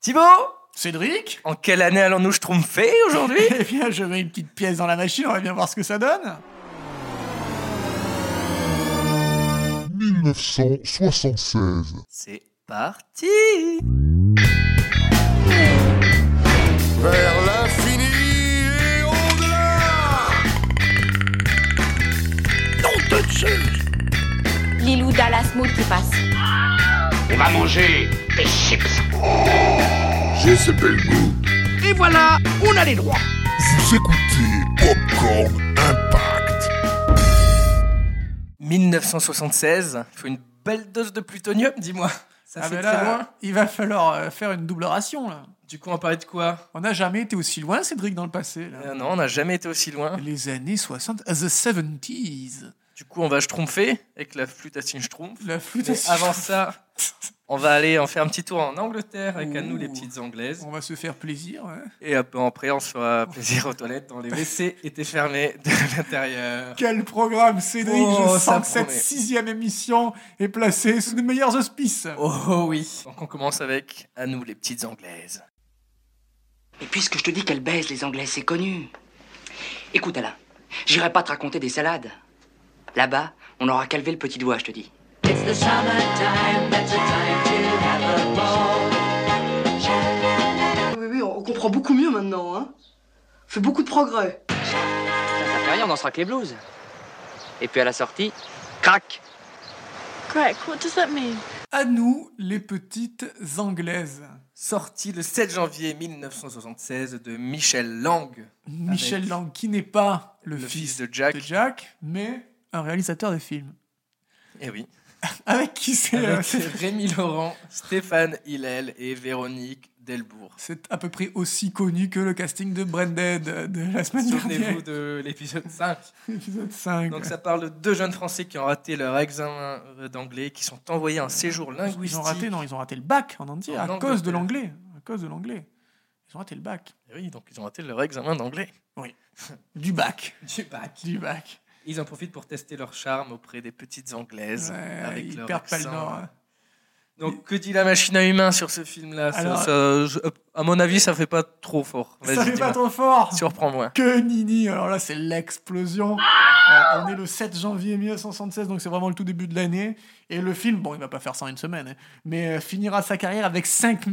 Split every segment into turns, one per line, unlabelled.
Thibaut
Cédric
En quelle année allons-nous schtroumpfer aujourd'hui
Eh bien, je mets une petite pièce dans la machine, on va bien voir ce que ça donne.
1976.
C'est parti
vers l'infini et au-delà.
Lilou Dallas Mood qui passe.
On va manger des chips.
J'ai ce bel goût.
Et voilà, on a les droits.
Vous écoutez Popcorn Impact.
1976, faut une belle dose de plutonium, dis-moi. Ça
Ah,
fait
mais
très
là,
loin.
il va falloir euh, faire une double ration, là.
Du coup, on parlait de quoi
On n'a jamais été aussi loin, Cédric, dans le passé. là.
Euh, Non, on n'a jamais été aussi loin.
Les années 60, the 70s.
Du coup, on va schtroumpfer avec la flûte à Schtroumpf.
La flûte
Mais
à
avant ça, on va aller en faire un petit tour en Angleterre avec à nous les
Ouh.
petites anglaises.
On va se faire plaisir. hein.
Et un peu après, on se fera plaisir aux toilettes dont les WC étaient fermés de l'intérieur.
Quel programme, Cédric
Oh,
Je
ça
sens que cette
promet.
sixième émission est placée sous de meilleurs auspices.
Oh oui. Donc on commence avec à nous les petites anglaises.
Et puisque je te dis qu'elles baisent les Anglais, c'est connu. Écoute, Alain, j'irai pas te raconter des salades. Là-bas, on aura calvé le petit doigt, je te dis.
Oui, oui, on comprend beaucoup mieux maintenant, hein. On fait beaucoup de progrès.
Ça fait rien, on dansera que les blues. Et puis à la sortie, crac
Greg, what does that mean?
À nous, les petites anglaises.
Sorti le 7 janvier 1976 de Michel Lang,
Michel
Avec
Lang, qui n'est pas le,
le
fils
fils de Jack.
de Jack, mais un réalisateur de films.
Et Eh oui.
Avec qui c'est euh,
Avec
c'est-
Rémi Laurent, Stéphane Hillel et Véronique Delbourg.
C'est à peu près aussi connu que le casting de Branded euh, de la semaine dernière,
Souvenez-vous de l'épisode 5.
épisode 5.
Donc ça parle de deux jeunes Français qui ont raté leur examen euh, d'anglais, qui sont envoyés en séjour linguistique.
ils ont raté, non, ils ont raté le bac en entier
En
à cause
Angleterre.
de l'anglais, à cause de l'anglais. Ils ont raté le bac.
Et Eh Oui, donc ils ont raté leur examen d'anglais.
Du bac,
Du bac.
du bac.
Ils en profitent pour tester leur charme auprès des petites anglaises.
Ouais,
avec
ils
leur
perdent pas le
accent.
nord. hein.
Donc que dit la machine à humains sur ce film-là Ça-
Alors-
ça- je- À mon avis, ça fait pas trop fort.
Ça fait
Vas-y,
pas
dis-moi.
trop fort.
Surprends-moi.
Que nini Alors là, c'est l'explosion. Euh, on est le 7 janvier 1976, donc c'est vraiment le tout début de l'année. Et le film, bon, il va pas faire ça en une semaine, hein, mais euh, finira sa carrière avec 5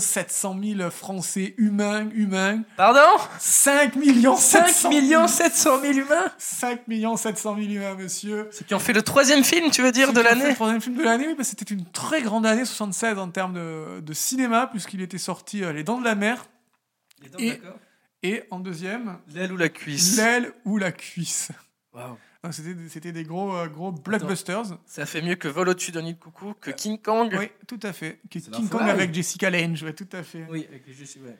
700 000 Français humains, humains.
Pardon
5 millions
5 millions 700 000 humains
5 700 000 humains, monsieur.
Ceux qui ont fait le troisième film, tu veux dire, de
C'est Le
l'année
troisième film de l'année, oui, parce que c'était une très grande année 76 en termes de, de cinéma, puisqu'il était sorti euh, Les Dents de la Mer, Et-
D'accord.
et en deuxième,
L'aile ou la cuisse
L'aile ou la cuisse.
Waouh.
Donc, C'était des- c'était des gros, euh, gros blockbusters.
Ça fait mieux que Vol au-dessus d'un nid de coucou, que King Kong.
Oui, tout à fait. Qui-
C'est leur
King Kong
folie.
avec Jessica Lange, ouais, tout à fait.
Oui, avec les jeux- ouais.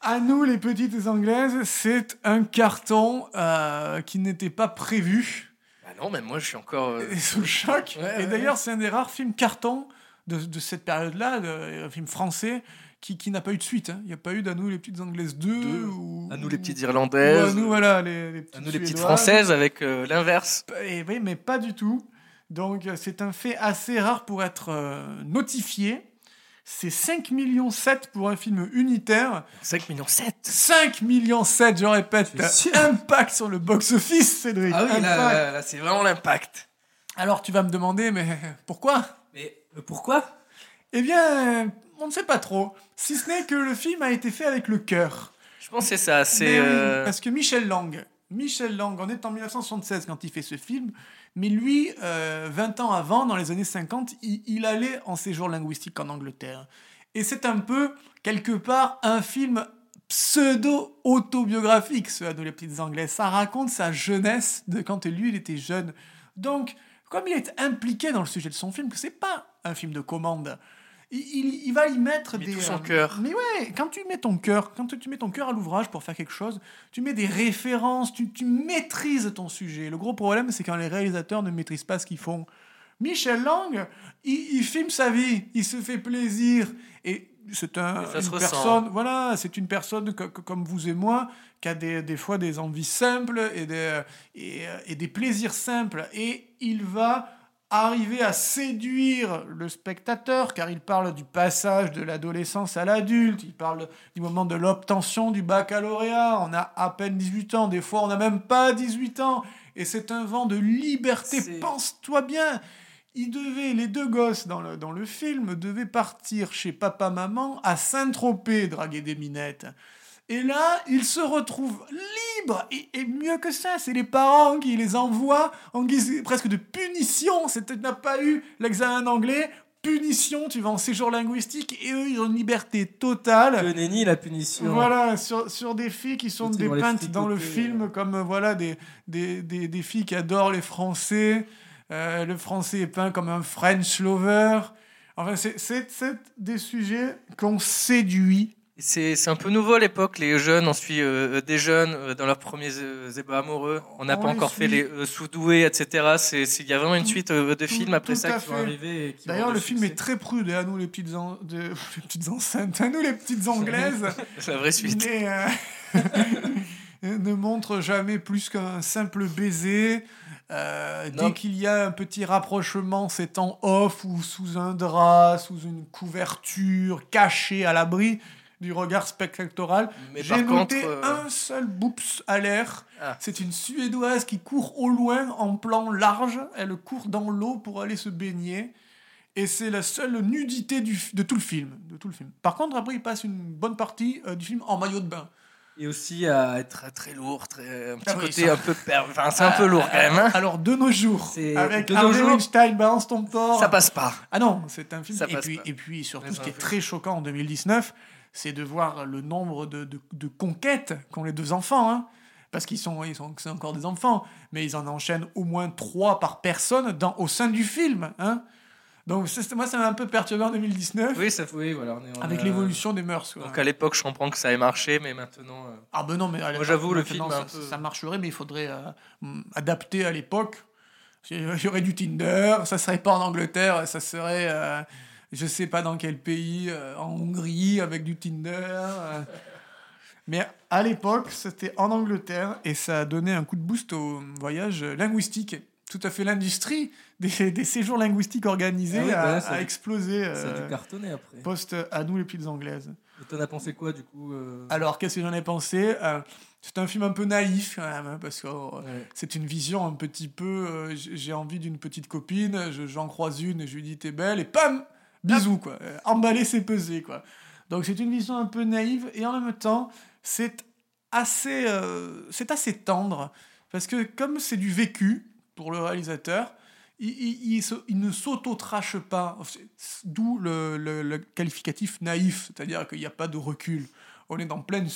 À nous, les petites anglaises, c'est un carton euh, qui n'était pas prévu,
Bah non, mais moi je suis encore. euh,
et sous le choc.
Ouais, ouais,
et d'ailleurs, c'est un des rares films carton de, de cette période-là, de- un film français, qui, qui n'a pas eu de suite. hein. Il n'y a pas eu d'À nous, les petites anglaises 2.
Deux.
Ou,
À nous les petites
ou
Irlandaises.
à nous, voilà, les, les petites,
à nous, les petites
Suédoises.
Françaises avec euh, l'inverse.
Et oui, mais pas du tout. Donc euh, c'est un fait assez rare pour être euh, notifié. C'est 5 millions 7 pour un film unitaire.
5 millions 7
5 millions 7, je répète.
C'est sûr.
Impact sur le box-office, Cédric.
Ah oui, là,
Impact.
là, là, c'est vraiment l'impact.
Alors tu vas me demander, mais pourquoi
Mais euh, pourquoi
Eh bien, euh, on ne sait pas trop. Si ce n'est que le film a été fait avec le cœur.
Je pense que c'est ça. C'est.
Mais oui,
euh,
Parce que Michel Lang, Michel Lang, on est en 1976 quand il fait ce film, mais lui, euh, 20 ans avant, dans les années 50, il, il allait en séjour linguistique en Angleterre. Et c'est un peu, quelque part, un film pseudo-autobiographique, ce de les petites anglaises. Ça raconte sa jeunesse de quand lui, il était jeune. Donc, comme il est impliqué dans le sujet de son film, que c'est pas un film de commande, il, il- il va y mettre
Il met
des... euh,
tout son cœur.
Mais ouais, quand tu mets ton cœur, quand tu mets ton cœur à l'ouvrage pour faire quelque chose, tu mets des références, tu, tu maîtrises ton sujet. Le gros problème, c'est quand les réalisateurs ne maîtrisent pas ce qu'ils font. Michel Lang, il, il filme sa vie, il se fait plaisir, et c'est un,
Et ça se
une
ressent.
personne, voilà, c'est une personne co- co- comme vous et moi, qui a des, des fois des envies simples et des, et, euh, et des plaisirs simples, et il va arriver à séduire le spectateur, car il parle du passage de l'adolescence à l'adulte, il parle du moment de l'obtention du baccalauréat, on a à peine 18 ans, des fois on n'a même pas 18 ans, et c'est un vent de liberté,
C'est-
pense-toi bien ils devaient, les deux gosses dans le, dans le film, devaient partir chez papa-maman à Saint-Tropez draguer des minettes. Et là, ils se retrouvent libres. Et, et mieux que ça, c'est les parents qui les envoient en guise presque de punition. C'est tu n'as pas eu l'examen d'anglais, punition, tu vas en séjour linguistique. Et eux, ils ont une liberté
Que
totale.
nenni la punition.
Voilà, sur, sur des filles qui sont
Ils vont les
dépeintes dans le
fricoter,
film comme euh, voilà des, des, des, des filles qui adorent les Français. Euh, le français est peint comme un French lover. Enfin, c'est- c'est c'est des sujets qu'on séduit.
Et C'est c'est un peu nouveau à l'époque, les jeunes, on suit euh, euh, des jeunes euh, dans leurs premiers euh, ébats amoureux. On n'a
On
pas
les
encore fait
suit.
les euh, sous-doués, etc. C'est- c'est- Il y a vraiment une suite euh, de
tout-
films après
tout
ça
à
qui vont
fait.
arriver. et qui vont
D'ailleurs,
avoir
le
du
film
succès.
est très prude. et À nous, les petites, en- de- les petites enceintes, à nous, les petites anglaises.
La vraie suite.
mais, euh, ne montre jamais plus qu'un simple baiser. Euh, dès
Non.
qu'il y a un petit rapprochement, c'est en off ou sous un drap, sous une couverture, caché à l'abri du regard spectateur.
Mais
J'ai
par
noté
contre, euh,
un seul boops à l'air.
Ah.
C'est une Suédoise qui court au loin en plan large. Elle court dans l'eau pour aller se baigner. Et c'est la seule nudité du, f- de, tout le film, de tout le film. Par contre, après, il passe une bonne partie euh, du film en maillot de bain.
Et aussi à être très, très lourd, très, un petit
Ah oui,
côté
ça.
un peu pervers. Enfin, c'est un peu lourd quand même. hein.
Alors, de nos jours,
C'est-
avec
de nos
Harvey
jours,
Weinstein, Balance ton porc.
Ça passe pas.
Ah non, c'est un film.
Ça
et,
passe
puis,
pas.
et puis, surtout,
Mais
ce
ça
qui est
fait.
très choquant en 2019, c'est de voir le nombre de, de- de conquêtes qu'ont les deux enfants. hein. Parce qu'ils sont, ils sont c'est encore des enfants, mais ils en enchaînent au moins trois par personne dans, au sein du film. hein. Donc, ça, c'est- moi, ça m'a un peu perturbé en 2019,
Oui, ça oui, voilà. on est- on
avec
a-
l'évolution des mœurs. quoi.
Donc à l'époque, je comprends que ça ait marché, mais maintenant. euh,
Ah ben non, mais à
Moi, j'avoue, le
maintenant,
film est un
ça,
peu-
euh, ça marcherait, mais il faudrait euh, mm, adapter à l'époque. Il y aurait du Tinder, ça serait pas en Angleterre, ça serait, euh, je sais pas dans quel pays, euh, en Hongrie avec du Tinder. euh. Mais à l'époque, c'était en Angleterre et ça a donné un coup de boost au voyage linguistique. Tout à fait l'industrie des, des séjours linguistiques organisés
Ah oui,
a,
bah là, ça
a
a dû-
explosé
Ça a
euh,
dû cartonner après.
post à nous les petites anglaises.
Et T'en as pensé quoi du coup euh,
Alors, qu'est-ce que j'en ai pensé Euh, C'est un film un peu naïf, quand même, hein, parce que euh,
ouais.
c'est une vision un petit peu. euh, j- J'ai envie d'une petite copine, je- j'en croise une et je lui dis t'es belle, et pam Bisous, quoi. Euh, Emballé, c'est pesé, quoi. Donc, c'est une vision un peu naïve, et en même temps, c'est assez, euh, c'est assez tendre, parce que comme c'est du vécu pour le réalisateur, il, il- il se- il ne s'auto-trache pas, C'est- c'est- d'où le, le- le qualificatif naïf, c'est-à-dire qu'il n'y a pas de recul. On est dans pleine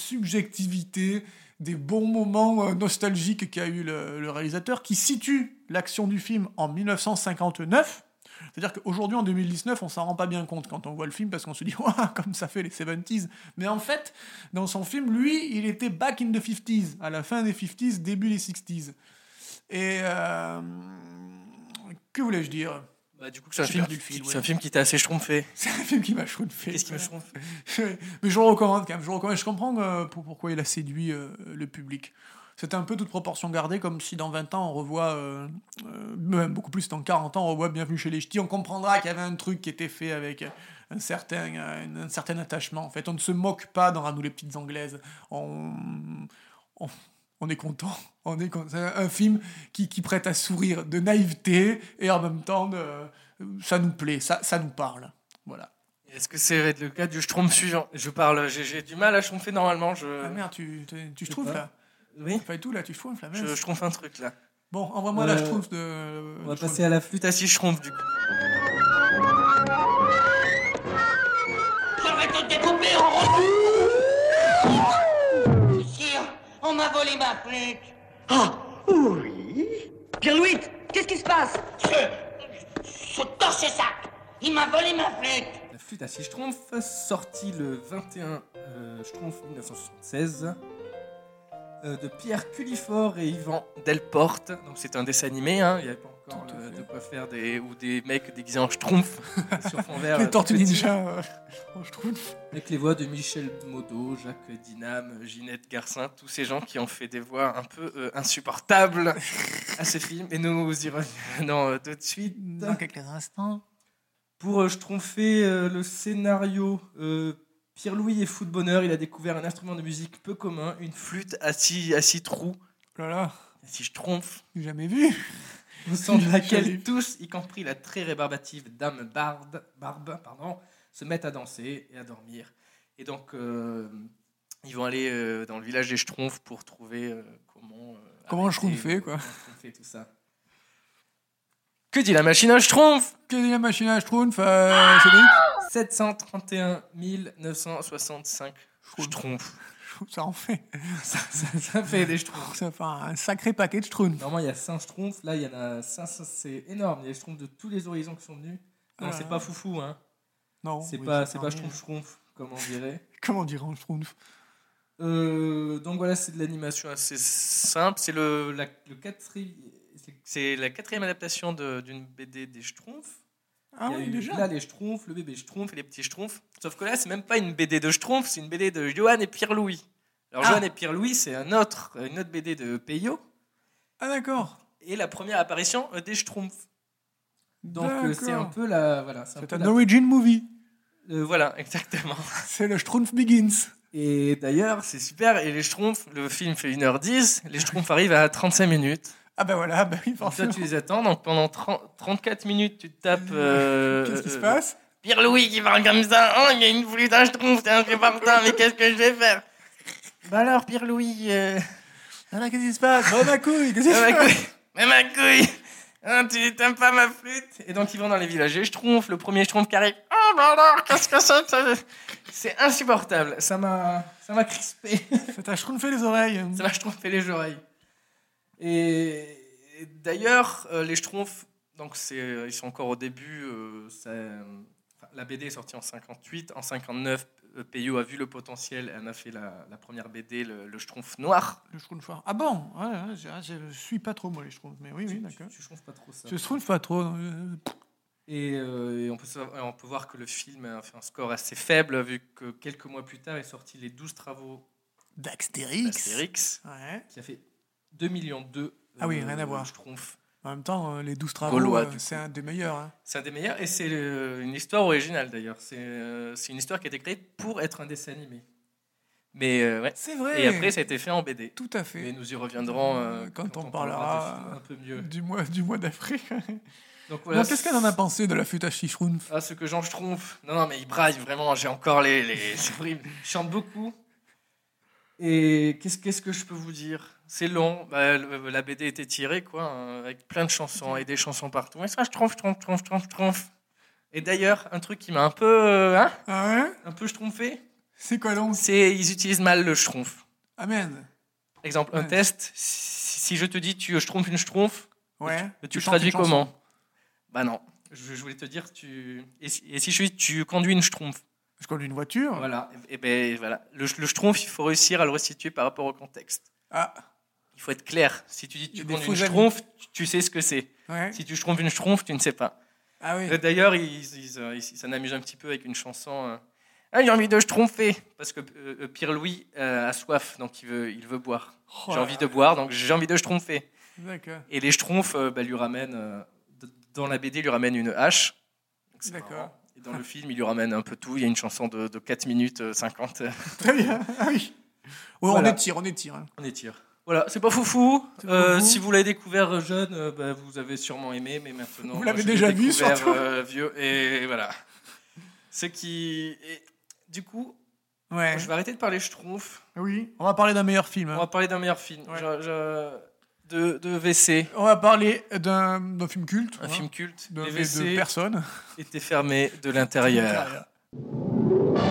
subjectivité des bons moments euh, nostalgiques qu'a eu le, le réalisateur, qui situe l'action du film en 1959. C'est-à-dire qu'aujourd'hui, en 2019, on s'en rend pas bien compte quand on voit le film parce qu'on se dit, Ouah, comme ça fait les 70s. Mais en fait, dans son film, lui, il était back in the 50s, à la fin des 50s, début des 60s. Et euh, que voulais-je dire
Bah, du coup, c'est un,
J'ai
film
perdu
qui-
le fil,
c'est
ouais.
un film qui t'a assez schtroumpfé.
C'est un film qui m'a chouinfé.
Qu'est-ce qui me schtroumpfé
Mais je le recommande quand même. Je, le recommande. je comprends euh, pour- pourquoi il a séduit euh, le public. C'est un peu toute proportion gardée, comme si dans 20 ans on revoit, euh, euh, même beaucoup plus, dans 40 ans on revoit Bienvenue chez les Ch'tis, on comprendra qu'il y avait un truc qui était fait avec un certain, euh, un, un certain attachement. En fait, on ne se moque pas dans À nous les petites anglaises. On, on, on est content. On est con- C'est un, un film qui, qui prête à sourire de naïveté et en même temps de, ça nous plaît, ça, ça nous parle. Voilà.
Est-ce que c'est le cas du schtroumpf suivant Je parle, j'ai- j'ai du mal à schtroumpfer normalement. Euh. Je...
Ah merde, tu, tu, tu
sais
schtroumpfes,
pas.
là
oui
Enfin tout là, tu schtroumpfes la
je
merde.
schtroumpfe un truc là.
Bon, envoie-moi
Euh,
la schtroumpf de.
On va
de
passer à la flûte à six schtroumpfs du coup.
Je vais te découper en
Sire, on m'a volé ma flûte. Ah, oui Pierre-Louis, qu'est-ce qui se passe
Ce torche-sac Il m'a volé ma flûte
La flûte à six schtroumpfs, sortie le 21 euh, schtroumpf 1976. euh, de Pierre Cullifort et Yvan Delporte. Donc c'est un dessin animé, hein, il n'y avait pas encore
Tout à
euh,
fait.
de quoi faire des, ou des mecs déguisés en schtroumpf sur fond vert.
Les
euh,
tortues
petit,
ninja, euh, je trouve.
Avec les voix de Michel Modo, Jacques Dinam, Ginette Garcin, tous ces gens qui ont fait des voix un peu euh, insupportables à ce film. Et nous y revenons euh, tout de suite.
Dans quelques instants.
Pour euh, schtroumpfer euh, le scénario, euh, Pierre-Louis est fou de bonheur. Il a découvert un instrument de musique peu commun, une flûte à six, à six trous,
Oh là là,
à six schtroumpfs,
j'ai jamais vu.
au son de
Joli.
laquelle tous, y compris la très rébarbative Dame Barbe, barbe pardon, se mettent à danser et à dormir. Et donc, euh, ils vont aller euh, dans le village des schtroumpfs pour trouver euh, comment... euh,
Comment
arrêter,
schtroumpfer, quoi.
comment schtroumpfer tout ça. Que dit la machine à schtroumpf
Quelle est la machine à Schtroumpf
Ah
euh, Cédric
731 965 schtroumpfs.
Schtroumpf, Ça en fait.
Ça, ça- ça fait des schtroumpfs.
Ça fait un sacré paquet de Schtroumpf.
Normalement, il y a 5 schtroumpfs. Là, il y en a 500. C'est énorme. Il y a des schtroumpfs de tous les horizons qui sont venus. Non,
Ah.
c'est pas foufou. Hein.
Non,
C'est
oui,
pas, c'est
un-
pas schtroumpf schtroumpf, comme on dirait.
Comment dire un Schtroumpf
Euh, donc voilà, c'est de l'animation assez simple. C'est le, la, le quatri- c'est- C'est la quatrième adaptation de- d'une BD des Schtroumpfs.
Ah
il y a
oui,
eu
déjà.
là les Schtroumpfs, le bébé Schtroumpf et les petits Schtroumpfs. Sauf que là, c'est même pas une BD de Schtroumpfs, c'est une BD de Johan et Pierre-Louis. Alors,
Ah.
Johan et Pierre-Louis, c'est un autre, une autre BD de Peyo.
Ah d'accord.
Et la première apparition euh, des Schtroumpfs. Donc, euh, c'est un
D'accord.
peu la. Voilà, c'est un
C'est
peu
un
la-
origin movie.
euh, voilà, exactement.
C'est le Schtroumpf Begins.
Et d'ailleurs, c'est super. Et les Schtroumpfs, le film fait 1h10, les Schtroumpfs arrivent à 35 minutes.
Ah bah voilà, bah oui,
Donc toi,
forcément.
tu les attends. Donc pendant 30 34 minutes, tu te tapes. euh,
Qu'est-ce qui se
euh,
passe
Pierre Louis qui parle comme ça. Oh, il y a une flûte à schtroumpf, c'est un répartin, mais qu'est-ce que je vais faire Bah alors, Pierre Louis. Euh...
Ah là, qu'est-ce qui se passe Oh ma couille, qu'est-ce qui
ah,
se
ma
passe
couille Mais ma couille Hein, Tu t'aimes pas ma flûte Et donc, ils vont dans les villages. Et schtroumpf, le premier schtroumpf qui arrive. Oh, bah alors, qu'est-ce que c'est que ça C'est insupportable. Ça m'a ça m'a crispé.
Ça t'a schtroumpfé les oreilles.
Ça m'a schtroumpfé les oreilles. Et, et d'ailleurs, euh, les schtroumpfs, donc c'est, euh, ils sont encore au début. euh, ça- enfin, la BD est sortie en 58. En 59, euh, Peyo a vu le potentiel et en a fait la, la première BD, le, le schtroumpf noir.
Le Schtroumpf. Ah bon ouais, ouais, je, ah, je suis pas trop moi les Schtroumpfs, mais oui, oui, d'accord.
Tu schtroumpfes pas trop ça.
Je schtroumpf pas trop. non, euh,
Et, euh, et on, peut, savoir- on peut voir que le film a fait un score assez faible, vu que quelques mois plus tard est sorti Les 12 travaux
D'Axtérix.
d'Astérix,
Ouais.
qui a fait 2 millions 2
Ah oui, rien à voir.
Schtroumpfs.
En même temps, euh, les 12 travaux,
Gaulois,
euh,
du
c'est un des meilleurs. hein.
C'est un des meilleurs et c'est euh, une histoire originale d'ailleurs. C'est euh, c'est une histoire qui a été créée pour être un dessin animé. Mais euh, ouais.
C'est vrai.
Et après, ça a été fait en BD.
Tout à
Mais
fait.
nous y reviendrons euh,
Quand on
de
parlera,
films un peu mieux.
Du mois, du mois d'après.
Donc voilà.
Alors, Qu'est-ce qu'elle en a pensé de la flûte à six Schtroumpfs
Ah, ce que Jean Schtroumpf. Non, non, mais il braille vraiment. J'ai encore les. les... c'est horrible. Il chante beaucoup. Et qu'est-ce qu'est-ce que je peux vous dire C'est long. Bah, le- la BD était tirée, quoi, hein, avec plein de chansons et des chansons partout. Et ça, je trompe, je trompe, je trompe, je trompe, je trompe. Et d'ailleurs, un truc qui m'a un peu. euh, hein,
Ah ouais
un peu schtroumpfé,
C'est quoi donc
c'est ils utilisent mal le schtroumpf.
Ah merde.
Exemple, un
Ouais.
test, si si je te dis tu schtroumpf une schtroumpf,
Ouais.
tu, tu le
chantes
traduis
une chanson.
comment Bah non, je, je voulais te dire tu... Et si, et si je dis tu conduis une schtroumpf
Je conduis une voiture.
Voilà, et ben voilà. Le, le schtroumpf, il faut réussir à le restituer par rapport au contexte.
Ah,
Il faut être clair. Si tu dis
Il y a
tu
des
conduis
faux
une
amis.
schtroumpf, tu, tu sais ce que c'est.
ouais.
Si tu schtroumpfes une schtroumpf, tu ne sais pas.
Ah oui.
Euh, D'ailleurs, ils, ils, euh, ils- ils s'en amusent un petit peu avec une chanson. euh, ah, j'ai envie de schtroumpfer parce que euh, euh, Pierre Louis euh, a soif, donc il veut, il veut boire.
Oh
j'ai
là
envie de boire, donc j'ai envie de schtroumpfer.
là. D'accord.
Et les schtroumpfs euh, bah, lui ramènent euh, d- dans la BD, ils lui ramènent une hache. Donc, c'est
D'accord.
marrant. Et dans le film, il lui ramène un peu tout. Il y a une chanson de, de 4 minutes euh, 50. euh,
Très bien. Ah oui. Ouais,
Voilà.
On étire, on étire. hein.
On étire. Voilà, c'est pas foufou.
C'est pas
Euh,
foufou.
si vous l'avez découvert jeune, euh, bah, vous avez sûrement aimé, mais maintenant.
Vous
euh,
l'avez
je l'ai
déjà vu,
découvert,
surtout.
euh, vieux, et voilà. Ce qui. et du coup,
Ouais.
je vais arrêter de parler schtroumpf.
Oui. On va parler d'un meilleur film. hein.
On va parler d'un meilleur film.
Ouais.
Je- je- De, de WC,
On va parler d'un d'un film culte.
un
hein,
film culte. E
d'un
Les
film de
WC
personne.
étaient fermés de l'intérieur.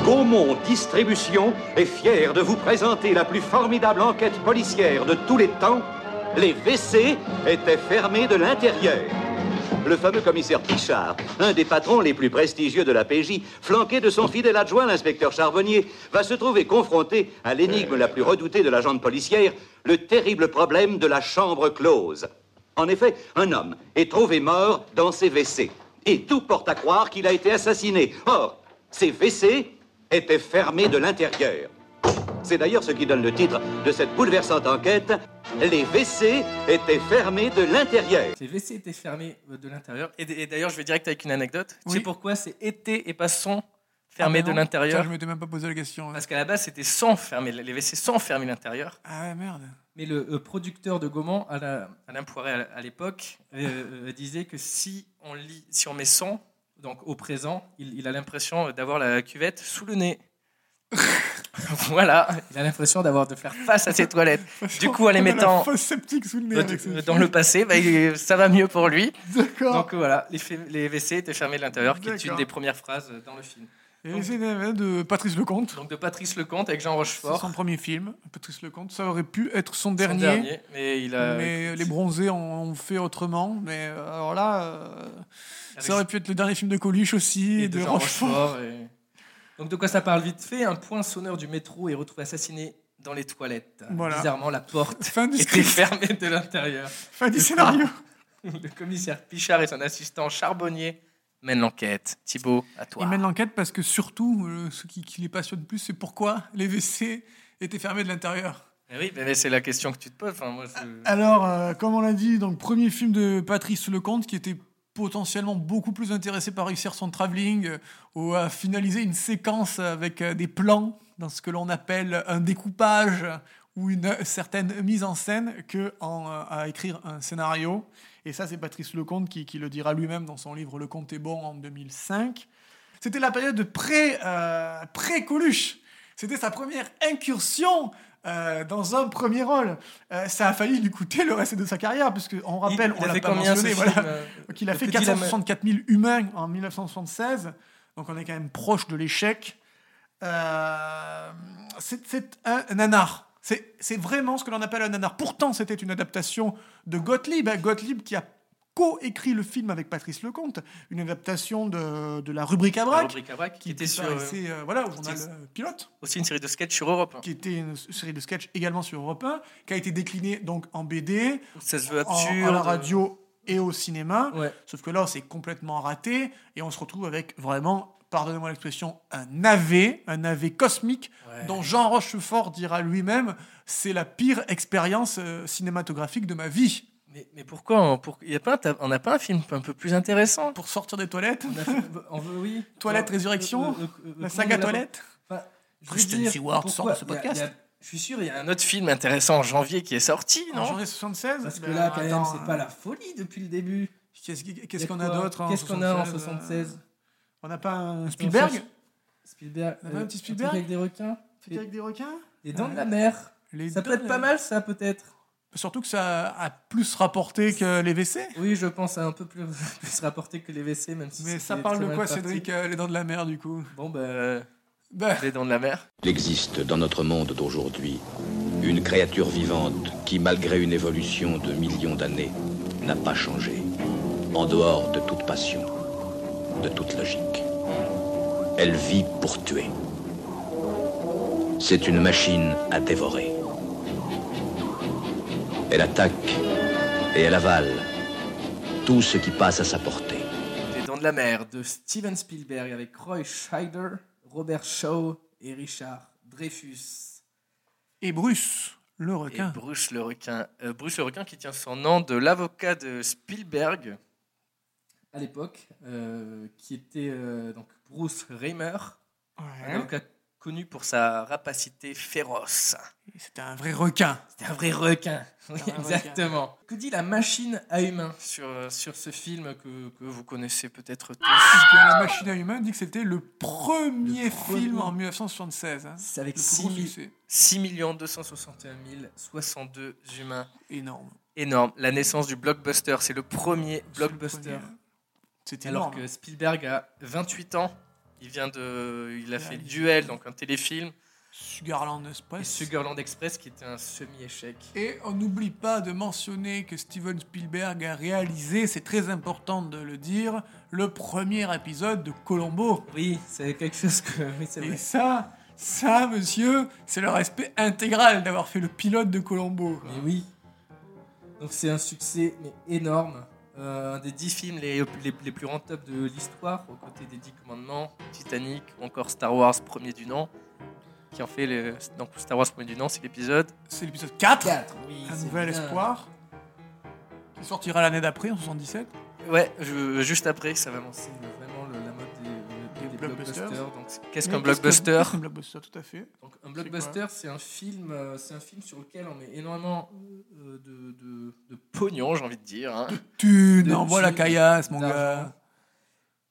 Gaumont Distribution est fier de vous présenter la plus formidable enquête policière de tous les temps. Les WC étaient fermés de l'intérieur. le fameux commissaire Pichard, un des patrons les plus prestigieux de la PJ, flanqué de son fidèle adjoint, l'inspecteur Charbonnier, va se trouver confronté à l'énigme la plus redoutée de la jambe policière, le terrible problème de la chambre close. En effet, un homme est trouvé mort dans ses WC. Et tout porte à croire qu'il a été assassiné. Or, ses WC étaient fermés de l'intérieur. C'est d'ailleurs ce qui donne le titre de cette bouleversante enquête. Les WC étaient fermés de l'intérieur.
Les WC étaient fermés euh, de l'intérieur. Et, d- et d'ailleurs, je vais direct avec une anecdote.
Oui.
Tu sais pourquoi c'est été et pas son fermé
Ah, mais
de
non. Putain,
l'intérieur
Je m'étais même pas posé la question.
Parce qu'à la base, c'était sans fermer, les WC sans fermer l'intérieur.
Ah ouais, merde.
Mais le euh, producteur de Gaumont, Alain Alain Poiret à la- à l'époque, euh, euh, disait que si on, lit, si on met son, donc au présent, il, il a l'impression d'avoir la cuvette sous le nez. voilà, il a l'impression d'avoir de faire face à ses toilettes. Du coup, en les
On a la
mettant-
fosse septique sous le nez.
Euh,
avec ce
Dans
film.
le passé, bah, il- ça va mieux pour lui.
D'accord.
Donc euh, voilà, les, fé- les WC étaient fermés de l'intérieur, qui est une
D'accord.
des premières phrases euh, dans le film.
Et c'est une- de Patrice Lecomte.
Donc de Patrice Lecomte avec Jean
C'est
Rochefort.
son premier film. Patrice Lecomte, ça aurait pu être son
Son
dernier.
mais il a.
mais
écoute,
les bronzés ont, ont fait autrement. Mais euh, alors là, euh,
avec-
ça aurait pu être le dernier film de Coluche aussi,
et
et de, Rochefort.
et- Donc de quoi ça parle vite fait Un point sonneur du métro est retrouvé assassiné dans les toilettes.
Voilà.
Bizarrement, la porte
Fin du
était
script,
fermée de l'intérieur.
fin du scénario.
Le commissaire Pichard et son assistant Charbonnier mènent l'enquête. Thibaut, à toi.
Il mène l'enquête parce que surtout, euh, ce qui, qui les passionne le plus, c'est pourquoi les WC étaient fermés de l'intérieur.
Eh Oui, mais c'est la question que tu te poses. Enfin, moi,
Ah,
je-
Alors, euh, comme on l'a dit, donc premier film de Patrice Lecomte qui était potentiellement beaucoup plus intéressé par réussir son travelling euh, ou à finaliser une séquence avec euh, des plans dans ce que l'on appelle un découpage ou une euh, certaine mise en scène que en, euh, à écrire un scénario. Et ça, c'est Patrice Lecomte qui, qui le dira lui-même dans son livre Le Comte est bon en 2005. C'était la période pré, euh, pré-Coluche. C'était sa première incursion euh, dans un premier rôle. Euh, ça a failli lui coûter le reste de sa carrière, puisque on rappelle,
Il- il
on
a
l'a
fait
pas
combien, ce
mentionné,
film,
voilà,
euh,
qu'il a
le
fait
petit lama-
464 000 humains en 1976. Donc on est quand même proche de l'échec. Euh, c'est c'est un nanar. C'est c'est vraiment ce que l'on appelle un nanar. Pourtant, c'était une adaptation de Gottlieb. hein, Gottlieb qui a co-écrit le film avec Patrice Lecomte, une adaptation de, de la rubrique
La
à brac,
rubrique à brac, qui
qui
était sur euh,
paraissait, euh, voilà, au journal
Steve-
euh, pilote
aussi une série de sketchs sur Europe, hein,
qui était une série de sketchs également sur Europe 1, qui a été déclinée donc en BD,
où ça se veut
en,
absurde.
à la radio et au cinéma.
Ouais.
Sauf que là, c'est complètement raté et on se retrouve avec vraiment, pardonnez-moi l'expression, un navet, un navet cosmique
Ouais.
dont Jean Rochefort dira lui-même c'est la pire expérience euh, cinématographique de ma vie.
Mais, mais pourquoi on pour... y a pas un ta- on n'a pas un film un peu plus intéressant
Pour sortir des toilettes,
On a fait- on veut- oui.
Toilette,
Euh, euh, euh,
résurrection,
euh, comment
la
on
saga
l'appelle
toilette.
Enfin, je veux
Kristen
dire,
Stewart sort de ce
pourquoi-
podcast.
il y a- il y a- je suis sûr, il y a un autre film intéressant en janvier qui est sorti,
En
non
janvier 76
Parce que
ben,
là, quand même,
attends,
c'est pas la folie depuis le début.
Qu'est-ce qui-
Il y
qu'est-ce
a
qu'on a
quoi
d'autre en euh,
Qu'est-ce qu'on a en
76?
76
On n'a pas un Spielberg
Spielberg.
On a pas un petit
truc
Spielberg
avec des requins.
Truc avec des requins
Les dents de la mer.
Les
Ça peut
deux- euh,
être pas mal, ça, peut-être.
Surtout que ça a plus rapporté que les WC.
Oui, je pense à un peu plus, plus rapporté que les WC, même si
Mais ça
c'était
parle
très
de
mal
quoi,
parti.
Cédric euh, Les dents de la mer, du coup
Bon, bah,
Ben,
les dents de la mer.
Il existe dans notre monde d'aujourd'hui une créature vivante qui, malgré une évolution de millions d'années, n'a pas changé, en dehors de toute passion, de toute logique. Elle vit pour tuer. C'est une machine à dévorer. Elle attaque et elle avale tout ce qui passe à sa portée.
Les Dents de la Mer de Steven Spielberg avec Roy Scheider, Robert Shaw et Richard Dreyfus.
Et Bruce, le
Et
requin.
Bruce le requin. Euh, Bruce le requin qui tient son nom de l'avocat de Spielberg à l'époque, euh, qui était euh, donc Bruce Reimer, un
Ouais.
avocat connu pour sa rapacité féroce.
C'était un vrai requin.
C'était un vrai requin. Oui,
Un vrai
exactement. Que dit la machine à humains sur, euh, sur ce film que, que vous connaissez peut-être tous
Puisque la machine à humains dit que c'était le premier
Le premier.
film en 1976. hein.
C'est avec
Le plus gros
6,
succès.
261 062 humains.
Énorme.
Énorme. La naissance du blockbuster, c'est le premier
C'est
blockbuster.
le premier. C'était
Alors
énorme.
que Spielberg a 28 ans. Il vient de, il a
Il a
fait
réalisé.
Duel, donc un téléfilm.
Sugarland
Et
Express.
Sugarland Express qui était un semi-échec.
Et on n'oublie pas de mentionner que Steven Spielberg a réalisé, c'est très important de le dire, le premier épisode de Colombo.
Oui, c'est quelque chose que. Oui, c'est
Et
vrai.
ça, ça, monsieur, c'est le respect intégral d'avoir fait le pilote de Colombo.
Mais oui. Donc c'est un succès mais énorme. Euh, un des dix films les, les, les plus rentables de l'histoire, aux côtés des dix commandements, Titanic ou encore Star Wars premier du nom, qui en fait le. Donc Star Wars premier du nom, c'est l'épisode
C'est l'épisode 4,
4. Oui,
Un
c'est
nouvel
bien.
espoir, qui sortira l'année d'après, en 77.
Ouais, je- juste après, ça va lancer le- vraiment le- la mode des, des
Des
blockbusters.
blockbusters.
Donc, c'est- qu'est-ce
Mais
qu'un blockbuster
qu'est-ce qu'un blockbuster, tout à fait.
Donc, Un blockbuster, c'est un film, euh, c'est un film sur lequel on met énormément euh, de, de, de pognon, j'ai envie de dire, hein,
Tu
De
envoies la
thunes,
caillasse, mon
d'argent.
gars.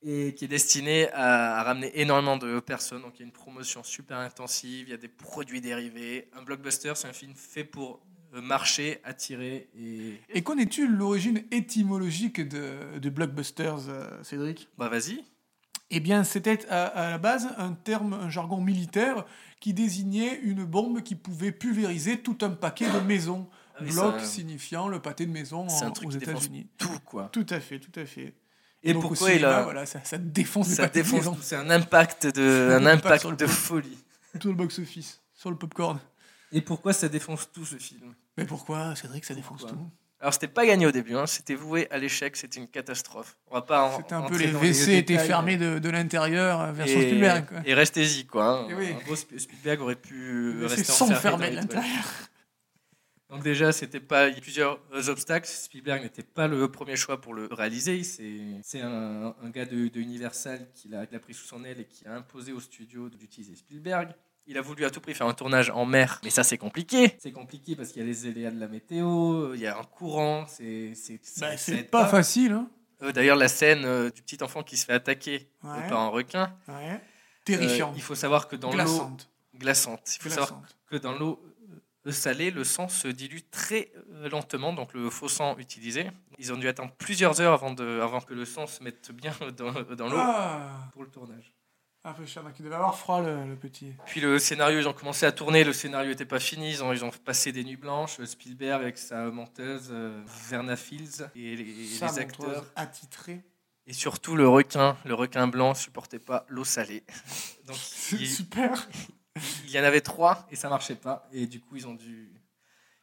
et qui est destiné à, à ramener énormément de personnes. Donc, il y a une promotion super intensive, il y a des produits dérivés. Un blockbuster, c'est un film fait pour euh, marcher, attirer et
Et connais-tu l'origine étymologique de, de blockbusters, euh, Cédric
bah vas-y.
Eh bien, c'était à, à la base un terme, un jargon militaire qui désignait une bombe qui pouvait pulvériser tout un paquet de maisons.
Ah oui,
Bloc
c'est un-
signifiant le pâté de maison
C'est
en-
un truc
aux
qui défonce
États-Unis.
Tout quoi.
Tout à fait, tout à fait.
Et
Donc, au
pourquoi il
cinéma,
a
voilà, ça, ça défonce les
ça
pâtés de
défonce
maison
tout, C'est un impact de,
Un
un
impact
impact
sur le
de
peuple.
folie.
sur le box-office, sur le popcorn.
Et pourquoi ça défonce tout ce film
Mais pourquoi, Cédric, ça défonce
Pourquoi
tout
Alors c'était pas gagné au début, hein, c'était voué à l'échec, c'était une catastrophe. On va pas en-
C'était un peu
entrer
les
dans
WC étaient
détails.
fermés de, de l'intérieur euh, version
Et-
Spielberg. quoi.
Et restez-y quoi. hein.
Et oui.
En gros, Sp- Spielberg aurait pu
Les
rester
WC sont
enfermé
fermés de
dans les toilettes.
l'intérieur.
Donc déjà, c'était pas il y a plusieurs euh, obstacles. Spielberg n'était pas le premier choix pour le réaliser. C'est c'est un, un gars de, de Universal qui l'a qui l'a pris sous son aile et qui a imposé au studio d'utiliser Spielberg. Il a voulu à tout prix faire un tournage en mer, mais ça c'est compliqué. C'est compliqué parce qu'il y a les aléas de la météo, il y a un courant, c'est c'est
Bah,
ça- ça
C'est
aide
pas facile. Hein.
Euh, D'ailleurs, la scène euh, du petit enfant qui se fait attaquer euh,
Ouais.
par un requin.
Ouais.
euh,
Terrifiant.
il faut savoir que dans l'eau
Glaçante.
glaçante, il faut savoir
Glaçante.
que dans l'eau euh, salée, le sang se dilue très euh, lentement, donc le faux sang utilisé. Ils ont dû attendre plusieurs heures avant, de, avant que le sang se mette bien dans, dans l'eau
Ah,
pour le tournage.
un peu cher, donc il devait avoir froid le, le petit.
Puis le scénario, ils ont commencé à tourner, le scénario n'était pas fini, ils ont, ils ont passé des nuits blanches, euh, Spielberg avec sa menteuse, euh, Verna Fields, et les, et
Ça,
les
montre
acteurs.
Attitré.
Et surtout le requin, le requin blanc supportait pas l'eau salée. Donc
C'est
il,
super.
il y en avait trois et ça marchait pas. Et du coup ils ont dû,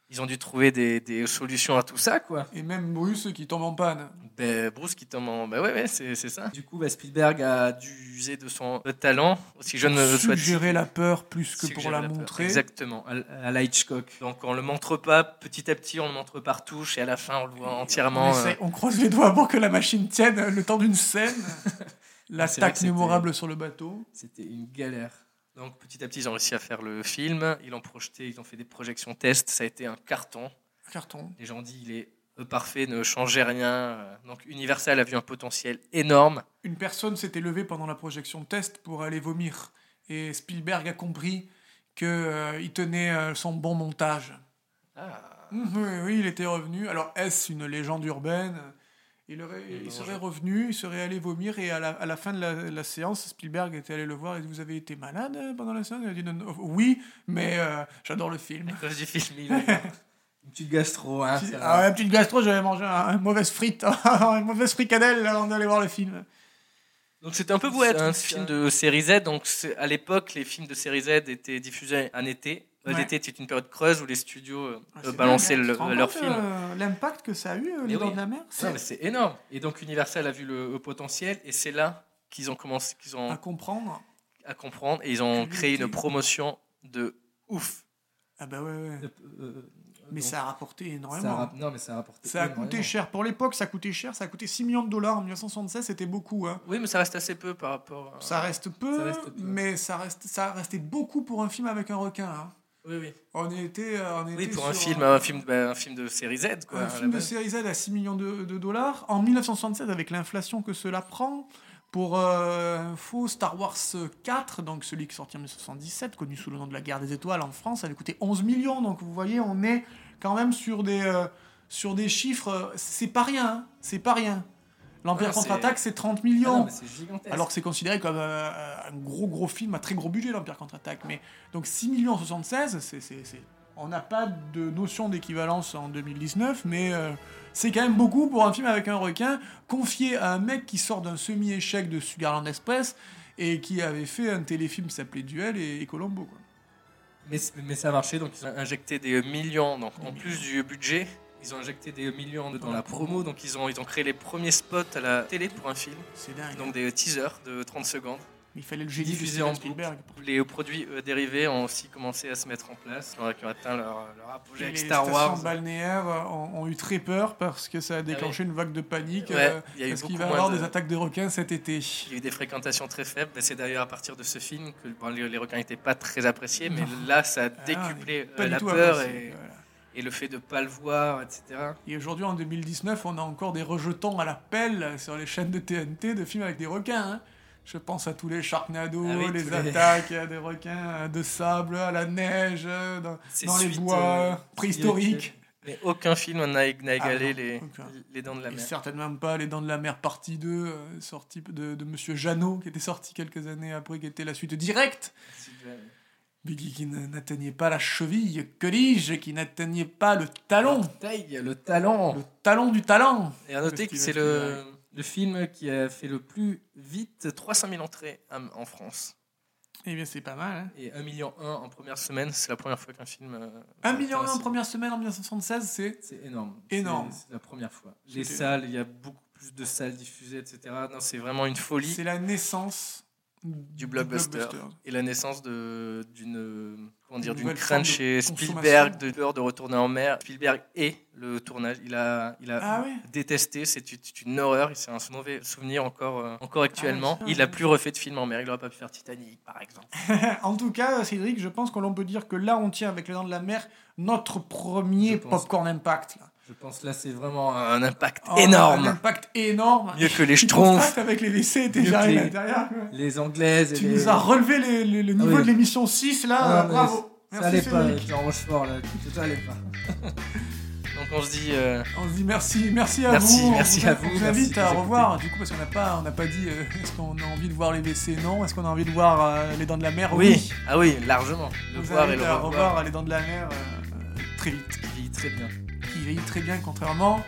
ils ont dû trouver des, des solutions à tout ça quoi.
Et même Bruce qui tombe en panne.
Ben, Bruce qui tombe en... Ben ouais, ouais c'est c'est ça. Du coup, ben, Spielberg a dû user de son euh, talent, aussi jeune ne le soit-il.
Suggérer la peur plus que pour
Suggérer
la
peur.
montrer.
Exactement, à, à la Hitchcock. Donc on le montre pas petit à petit, on le montre par touche et à la fin on le voit
On,
entièrement.
essaie-
euh,
on croise les doigts pour que la machine tienne euh, le temps d'une scène.
C'est vrai que
L'attaque
c'était-
mémorable sur le bateau.
euh. C'était une galère. Donc petit à petit, ils ont réussi à faire le film. Ils l'ont projeté, ils ont fait des projections tests. Ça a été un carton.
Carton.
Les gens ont dit il est euh, parfait, ne changez rien. Euh, Donc Universal a vu un potentiel énorme.
Une personne s'était levée pendant la projection test pour aller vomir. Et Spielberg a compris qu'il tenait euh, son bon montage.
Ah.
Mhm, Oui, oui, il était revenu. Alors, est-ce une légende urbaine il, aurait- il
Non,
serait
je-
revenu, il serait allé vomir, et à la, à la fin de la, la séance, Spielberg était allé le voir et dit, Vous avez été malade euh, pendant la séance Il a dit Non, non, Oui, mais euh, j'adore le film.
À cause du film, il a- une petite gastro. hein, ça
Ah,
va.
ouais, petite gastro, j'avais mangé un- une mauvaise frite, une mauvaise fricadelle avant d'aller voir le film.
Donc c'était un peu voué à être
C'est un
un film de série Z. Donc c'est- à l'époque, les films de série Z étaient diffusés en été. Euh,
Ouais.
L'été était une période creuse où les studios euh,
Ah,
euh,
c'est
balançaient
dingue, hein,
le-
tu te rends
leurs
compte,
films.
euh, L'impact que ça a eu, euh,
Mais
les dents
oui.
de la mer
Non,
c'est
mais c'est énorme. Et donc Universal a vu le, le potentiel et c'est là qu'ils ont commencé, qu'ils ont
à comprendre.
à comprendre et ils ont
Curiosité.
créé une promotion de ouf.
Ah bah ouais, ouais. Mais
Donc,
ça a rapporté
ça
énormément.
rapp- non mais ça a rapporté.
Ça a
énormément.
coûté cher. Pour l'époque, ça a coûté cher. Ça a coûté 6 millions de dollars en 1976. C'était beaucoup. hein.
Oui mais ça reste assez peu par rapport. À...
Ça reste peu,
Ça reste peu.
mais ça, reste, ça restait beaucoup pour un film avec un requin. hein.
Oui oui.
On était, euh, on
Oui
était
pour un
sur
film, un film, bah, un film de série Z quoi.
un
à
film
la
de
base.
série Z à 6 millions de, de dollars. En 1976, avec l'inflation que cela prend, pour euh, info, Star Wars 4, donc celui qui est sorti en 1977, connu sous le nom de la guerre des étoiles en France, avait coûté 11 millions. Donc vous voyez, on est quand même sur des, euh, sur des chiffres. euh, C'est pas rien. hein, C'est pas rien. L'Empire
Ouais,
contre-attaque,
c'est-
c'est 30
Ah
millions.
non, mais c'est gigantesque.
Alors que c'est considéré comme euh, un gros gros film à très gros budget, l'Empire contre-attaque. Mais donc 6 millions en 76, c'est, c'est- c'est- on n'a pas de notion d'équivalence en 2019, mais euh, c'est quand même beaucoup pour un film avec un requin confié à un mec qui sort d'un semi-échec de Sugarland Express et qui avait fait un téléfilm qui s'appelait Duel et, et Colombo. quoi.
Mais, c- mais ça a marché, donc ils ont injecté des millions. Donc en plus du budget, ils ont injecté des millions dans la promo. Donc ils ont, ils ont créé les premiers spots à la télé pour un film.
C'est dingue.
Donc des teasers de 30 secondes.
Il fallait le génie de
Diffusés
Steven
en boucle.
Spielberg.
Les produits euh, dérivés ont aussi commencé à se mettre en place, qui ont qui ont atteint leur, leur apogée
Et
avec
les
Star
stations
Wars. Ah
balnéaires euh, ont, ont eu très peur parce que ça a déclenché une vague de panique.
Ouais,
euh,
il y a eu
parce qu'il
beaucoup
va y
moins
avoir
de-
des attaques de requins cet été.
Il y a eu des fréquentations très faibles. Mais C'est d'ailleurs à partir de ce film que bon, les, les requins n'étaient pas très appréciés, mais
Non.
là ça a
Ah,
décuplé
pas
euh,
du
la
tout
peur
apprécié,
et,
voilà.
et le fait de ne pas le voir, etc.
Et aujourd'hui, en 2019, on a encore des rejetons à la pelle sur les chaînes de TNT de films avec des requins. hein. Je pense à tous les Sharknado,
Ah oui,
les
tous les-
attaques euh, des requins euh, de sable, à la neige, euh, dans,
C'est
dans les
suite,
bois
euh,
préhistoriques.
Mais aucun film n'a n'a égalé
Ah, non,
les,
aucun.
les dents de la
Et
mer.
certainement pas Les Dents de la Mer partie 2, euh, sortie de, de Monsieur Jeannot, qui était sorti quelques années après, qui était la suite directe. Biggie qui ne- n'atteignait pas la cheville, que dis-je, qui n'atteignait pas le talon,
Taille, le talent.
le talon du talent.
Et à noter
De
que c'est
Steven
le, le film qui a fait le plus vite 300 000 entrées en en France.
Eh bien, c'est pas mal. Hein.
Et 1,1 million en première semaine, c'est la première fois qu'un film. euh,
1 million
atteint
en
ce-
première semaine en 1976, c'est.
C'est énorme.
Énorme.
C'est c'est la première fois. Les
C'était-
salles, il y a beaucoup plus de salles diffusées, etc. Non, c'est vraiment une folie
C'est la naissance du
du blockbuster, et la naissance de d'une comment dire d'une
Nouvelle
crainte
forme de
chez Spielberg de peur de retourner en mer. Spielberg et le tournage, il a il a
Ah ouais
détesté, c'est une- c'est une horreur, c'est un mauvais souvenir encore euh, encore actuellement.
Ah, c'est vrai.
il a plus refait de film en mer, il aurait pas pu faire Titanic par exemple.
En tout cas, Cédric, je pense que l'on peut dire que là, on tient avec les dents de la mer notre
Je
premier
pense.
popcorn impact. là.
Je pense là c'est vraiment un impact
Oh,
énorme.
Un impact énorme.
Mieux que les
Tu
Schtroumpfs.
constates avec les laissés
Mieux que
déjà arrivés
les-
derrière.
Les anglaises et
Tu
les-
nous as relevé les- les- le
Ah
niveau
oui.
de l'émission 6 là.
Ah, mais
Bravo.
Ça
Merci
allait pas
Cédric.
avec Jean Rochefort, là. Tout ça allait pas. Donc on se dit. euh,
On se dit merci, merci à
Merci,
vous.
merci
on vous,
à vous,
on vous
merci
invite
de
à
nous
revoir, du coup, parce qu'on n'a pas, on n'a pas dit euh, est-ce qu'on a envie de voir les WC Non. Est-ce qu'on a envie de voir euh, les dents de la mer
Oui, ah oui, largement.
On
Le
vous
voir et
invite
le
à revoir
revoir.
euh, les dents de la mer euh, euh, très vite.
Il vieillit très bien.
Qui vieillit très bien, contrairement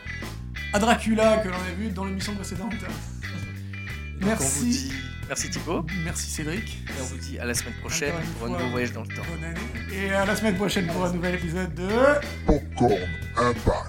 à Dracula que l'on a vu dans l'émission précédente.
Donc, on vous
Merci,
dit... Merci Thibaut.
merci Cédric.
Et on vous dit à la semaine prochaine
Encore une
pour un
fois.
nouveau voyage dans le temps.
Bonne année. Et à la semaine prochaine pour un nouvel épisode de.
Popcorn Impact.